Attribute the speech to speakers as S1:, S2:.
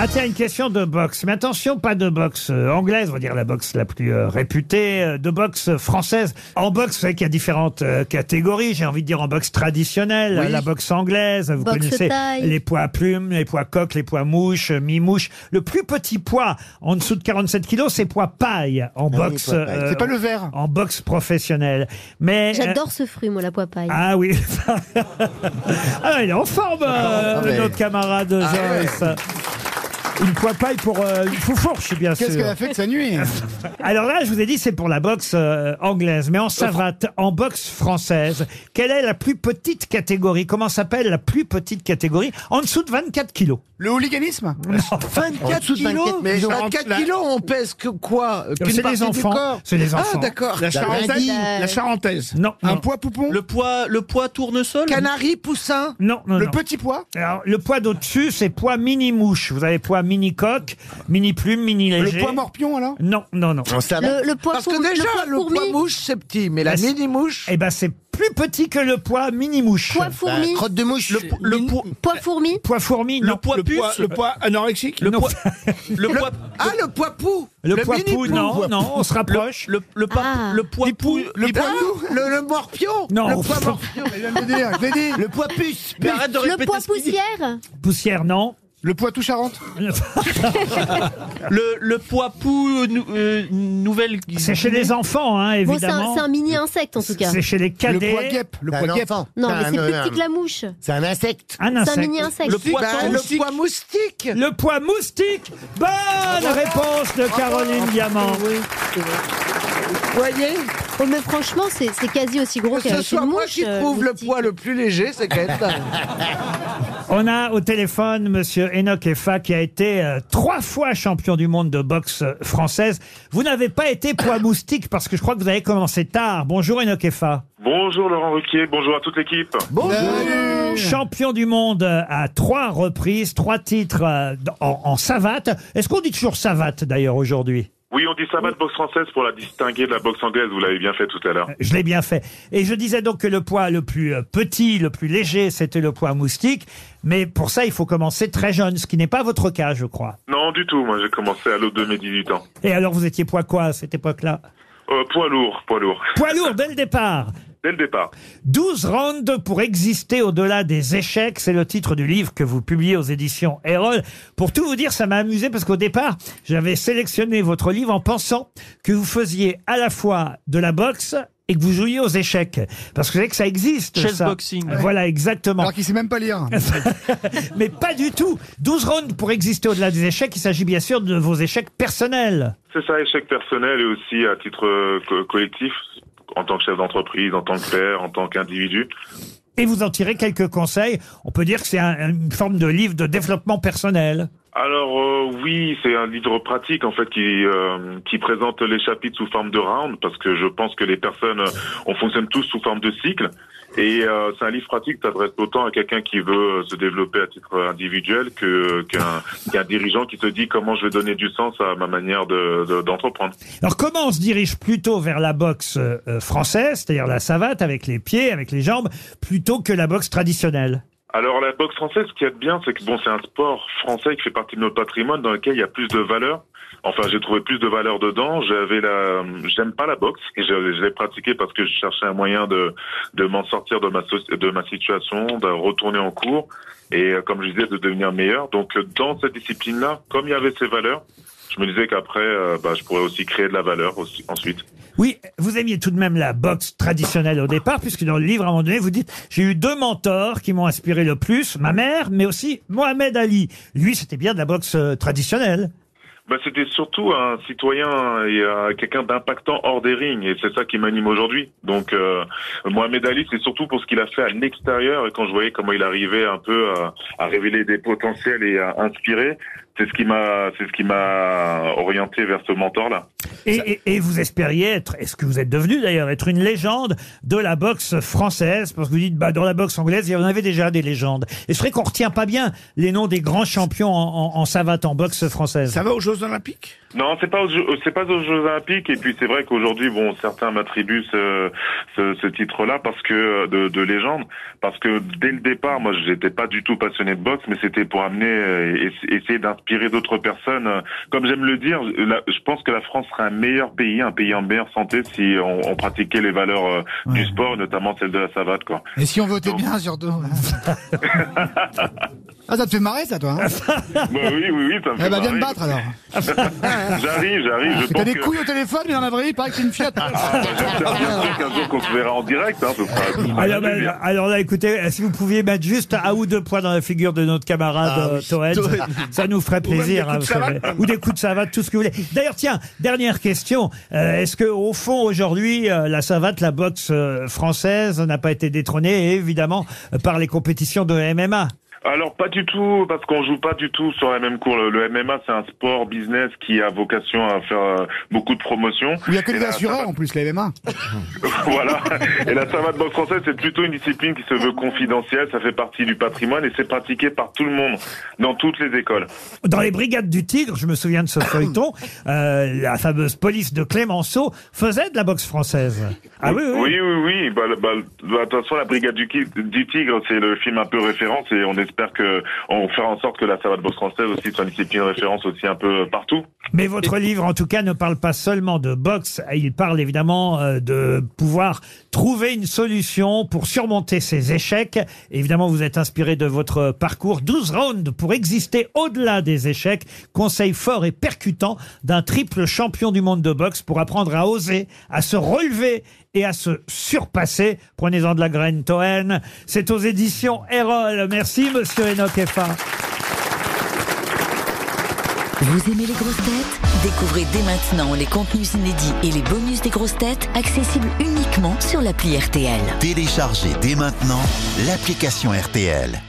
S1: Ah tiens, une question de boxe. Mais attention, pas de boxe euh, anglaise, on va dire la boxe la plus euh, réputée, euh, de boxe française. En boxe, vous savez qu'il y a différentes euh, catégories. J'ai envie de dire en boxe traditionnelle,
S2: Oui.
S1: la boxe anglaise. Vous
S3: Boxe
S1: connaissez
S3: taille.
S1: les poids à plumes, les poids coques, les poids mouches, euh, mi-mouche. Le plus petit poids en dessous de 47 kilos, c'est poids paille en
S2: Ah oui,
S1: boxe.
S2: poids paille.
S1: euh,
S2: C'est pas le verre.
S1: En boxe professionnelle.
S4: Euh,
S1: Mais
S3: J'adore ce fruit, moi, la poipaille.
S1: euh, ah oui. ah, il est en forme, euh,
S2: Ah ouais.
S1: notre camarade Joyce. Une poipaille pour euh, une foufourche, bien sûr.
S2: Qu'est-ce qu'elle a fait de sa nuit
S1: Alors là, je vous ai dit, c'est pour la boxe euh, anglaise. Mais en savate, en boxe française, quelle est la plus petite catégorie Comment s'appelle la plus petite catégorie En dessous de 24 kilos.
S2: Le hooliganisme En
S4: 24
S2: dessous de 24,
S4: kilos
S2: mais genre,
S4: 24
S2: la-
S4: kilos, on pèse que quoi
S1: c'est
S4: Qu'une
S1: les
S4: partie du
S1: enfants,
S4: corps
S1: c'est les
S4: Ah,
S1: enfants.
S4: d'accord.
S2: La charentaise
S3: La-
S2: La charentaise
S1: Non,
S2: Un
S1: non.
S2: poids poupon
S5: Le
S2: Le,
S5: poids, le poids tournesol
S4: Canari, poussin
S1: Non, non, non.
S2: petit poids
S1: Alors, le poids d'au-dessus, c'est poids mini-mouche. Vous avez poids mini-coque, mini-plume, mini-léger.
S2: Le poids Ah. morpion alors
S1: Non, non, non.
S3: Le, le poids
S4: Parce
S3: fourmi-
S4: que déjà,
S3: le
S4: le
S3: poids
S4: poids
S3: fourmi,
S4: mouche, c'est petit, mais la
S1: Bah, c'est-
S4: mini-mouche,
S1: Eh ben, c'est plus petit que le poids mini-mouche.
S4: Bah,
S3: poids fourmi,
S4: crotte de mouche,
S5: Le, po- le po-
S3: poids fourmi,
S1: Poids fourmi, non.
S5: le poids puce
S2: Le poids anorexique
S1: Non.
S5: Le poids,
S4: ah, le poids pou
S1: Le poids
S4: mini
S1: pou, non, non, on se rapproche.
S5: le, le, pa-
S3: Ah.
S5: le poids pou, le
S4: Ah,
S5: poids
S4: le, le morpion
S1: Non.
S4: Le poids morpion
S2: Je viens de le dire, je l'ai dit
S4: Le poids puce
S5: Mais arrête de
S3: le
S5: répéter
S3: poids
S5: ce qu'il dit.
S3: poussière,
S1: Poussière, non.
S2: Le poids tout charente
S5: Le, le poids pou, euh, nou- euh, nouvelle.
S1: C'est chez les enfants, hein,
S3: bon, c'est un,
S1: évidemment.
S3: c'est un mini insecte en tout cas.
S1: c'est chez les
S2: Le
S1: cadets.
S2: poids guêpe Le
S6: C'est
S2: poids
S6: un
S2: guêpe
S6: enfant.
S3: Non,
S6: C'est
S3: mais
S6: un-
S3: c'est plus
S6: un-
S3: petit que la mouche.
S6: C'est un insecte.
S1: Un
S3: C'est un
S1: insecte.
S3: mini insecte.
S5: Le poids
S4: Bah, le
S5: moustique.
S4: poids moustique
S1: Le poids moustique. Bonne réponse de Caroline Diamant.
S4: Vous voyez
S3: Oh, mais franchement, c'est c'est quasi aussi gros
S4: Que
S3: qu'une
S4: ce
S3: mouche.
S4: soit moi qui
S3: euh,
S4: trouve le
S3: petit.
S4: poids le plus léger, c'est quand même...
S1: On a au téléphone Monsieur Enoch Effa qui a été euh, trois fois champion du monde de boxe française. Vous n'avez pas été poids moustique parce que je crois que vous avez commencé tard. Bonjour Enoch Effa.
S7: Bonjour Laurent Ruquier, bonjour à toute l'équipe.
S1: Champion du monde euh, à trois reprises, trois titres euh, d- en, en savate. Est-ce qu'on dit toujours savate d'ailleurs aujourd'hui
S7: Oui, on dit savate boxe française pour la distinguer de la boxe anglaise, vous l'avez bien fait tout à l'heure.
S1: Je l'ai bien fait. Et je disais donc que le poids le plus euh, petit, le plus léger, c'était le poids moustique. Mais pour ça, il faut commencer très jeune, ce qui n'est pas votre cas, je crois.
S7: Non, du tout, moi j'ai commencé à l'aube de mes 18 ans.
S1: Et alors, vous étiez poids quoi à cette époque-là
S7: Euh, poids lourd, poids lourd,
S1: Poids lourd dès le départ.
S7: dès le départ.
S1: 12 rounds pour exister au-delà des échecs, c'est le titre du livre que vous publiez aux éditions Erol. Pour tout vous dire, ça m'a amusé parce qu'au départ, j'avais sélectionné votre livre en pensant que vous faisiez à la fois de la boxe et que vous jouiez aux échecs. Parce que vous savez que ça existe.
S5: Chess
S1: ça.
S5: boxing.
S1: Voilà, exactement.
S2: Alors qu'il sait même pas lire
S1: Mais pas du tout. 12 rounds pour exister au-delà des échecs. Il s'agit bien sûr de vos échecs personnels.
S7: C'est ça, échec personnel et aussi à titre euh, co- collectif, en tant que chef d'entreprise, en tant que père, en tant qu'individu.
S1: Et vous en tirez quelques conseils. On peut dire que c'est un- une forme de livre de développement personnel.
S7: Alors euh, oui, c'est un livre pratique en fait qui euh, qui présente les chapitres sous forme de round parce que je pense que les personnes euh, on fonctionne tous sous forme de cycle et euh, c'est un livre pratique qui s'adresse autant à quelqu'un qui veut euh, se développer à titre individuel que qu'un qu'un dirigeant qui se dit comment je vais donner du sens à ma manière de de- d'entreprendre.
S1: Alors comment on se dirige plutôt vers la boxe euh, française, c'est-à-dire la savate avec les pieds, avec les jambes, plutôt que la boxe traditionnelle
S7: Alors la boxe française, ce qu'il y a de bien, c'est que bon, c'est un sport français qui fait partie de notre patrimoine dans lequel il y a plus de valeur. Enfin, j'ai trouvé plus de valeur dedans. J'avais la, j'aime pas la boxe et je, je l'ai pratiquée parce que je cherchais un moyen de de m'en sortir de ma soci- de ma situation, de retourner en cours et euh, comme je disais, de devenir meilleur. Donc euh, dans cette discipline-là, comme il y avait ces valeurs, je me disais qu'après, euh, bah, je pourrais aussi créer de la valeur aussi, ensuite.
S1: Oui, vous aimiez tout de même la boxe traditionnelle au départ, puisque dans le livre, à un moment donné, vous dites « J'ai eu deux mentors qui m'ont inspiré le plus, ma mère, mais aussi Mohamed Ali. Lui, c'était bien de la boxe euh, traditionnelle.
S7: Bah, c'était surtout un citoyen et euh, quelqu'un d'impactant hors des rings et c'est ça qui m'anime aujourd'hui. Donc euh, Mohamed Ali, c'est surtout pour ce qu'il a fait à l'extérieur et quand je voyais comment il arrivait un peu à, à révéler des potentiels et à inspirer, c'est ce qui m'a c'est ce qui m'a orienté vers ce mentor là.
S1: Et, et- et vous espériez être, est-ce que vous êtes devenu d'ailleurs, être une légende de la boxe française Parce que vous dites, bah, dans la boxe anglaise, il y en avait déjà des légendes. Et c'est vrai qu'on retient pas bien les noms des grands champions en, en- en savate, en boxe française.
S2: va aux Jeux Olympiques
S7: Non, c'est pas aux Jeux- euh, c'est pas aux Jeux Olympiques et puis c'est vrai qu'aujourd'hui bon certains m'attribuent ce, ce, ce titre-là parce que euh, de, de légende parce que dès le départ moi j'étais pas du tout passionné de boxe mais c'était pour amener euh, ess- essayer d'ins- inspirer d'autres personnes. Euh, Comme j'aime le dire, la- je pense que la France serait un meilleur pays, un pays en meilleure santé si on, on pratiquait les valeurs euh,
S6: Ouais.
S7: du sport, notamment celle de la savate, quoi.
S6: Et si on votait bien, surtout. ah, ça te fait marrer, ça, toi hein
S7: bah oui, oui, oui, ça me
S6: Eh
S2: ben,
S7: fait
S6: bah, viens me
S7: marrer.
S6: battre, alors.
S7: J'arrive, j'arrive. Je
S6: T'as
S7: pense
S6: des
S7: que-
S6: couilles au téléphone, mais dans la vraie vie, il paraît que t'es une fiotte.
S7: Ah, j'espère bien sûr qu'un jour qu'on se verra en direct, hein, ce sera- ce
S4: Ah,
S7: sera
S1: Alors,
S7: bien.
S1: ben, alors là, écoutez, si vous pouviez mettre juste un ou deux points dans la figure de notre camarade
S4: Ah
S1: euh, Toen,
S4: oui,
S1: ça-
S4: Toen.
S1: ça nous ferait plaisir. hein,
S4: même des coups de
S1: vous savez. ou des coups de savate, tout ce que vous voulez. D'ailleurs, tiens, dernière question. Euh, Est-ce que au fond, aujourd'hui, euh, la savate, la boxe euh, française n'a pas été détrônée, évidemment, euh, par les compétitions de MMA
S7: Alors pas du tout, parce qu'on joue pas du tout sur la même cour. Le, le MMA c'est un sport business qui a vocation à faire euh, beaucoup de promotion.
S6: Il n'y a que
S7: Et
S6: des
S7: la
S6: assureurs, en plus, les MMA.
S7: voilà. Et la savate boxe française, c'est plutôt une discipline qui se veut confidentielle, ça fait partie du patrimoine et c'est pratiqué par tout le monde, dans toutes les écoles.
S1: Dans les brigades du Tigre, je me souviens de ce feuilleton, euh, la fameuse police de Clémenceau faisait de la boxe française. Ah oui, oui.
S7: oui, oui. oui. Bah, bah, de toute façon, la Brigade du, Qui- du Tigre, c'est le film un peu référence et on espère que on fera en sorte que la savate boxe française aussi soit une discipline référence aussi un peu partout.
S1: Mais votre livre, en tout cas, ne parle pas seulement de boxe. Il parle évidemment euh, de pouvoir trouver une solution pour surmonter ses échecs. Évidemment, vous êtes inspiré de votre parcours. 12 rounds pour exister au-delà des échecs. Conseil fort et percutant d'un triple champion du monde de boxe pour apprendre à oser, à se relever et à se surpasser. Prenez-en de la graine, Toen. C'est aux éditions Erol. Merci, monsieur Enoch Effa.
S8: Vous aimez les grosses têtes Découvrez dès maintenant les contenus inédits et les bonus des grosses têtes accessibles uniquement sur l'appli RTL.
S9: Téléchargez dès maintenant l'application RTL.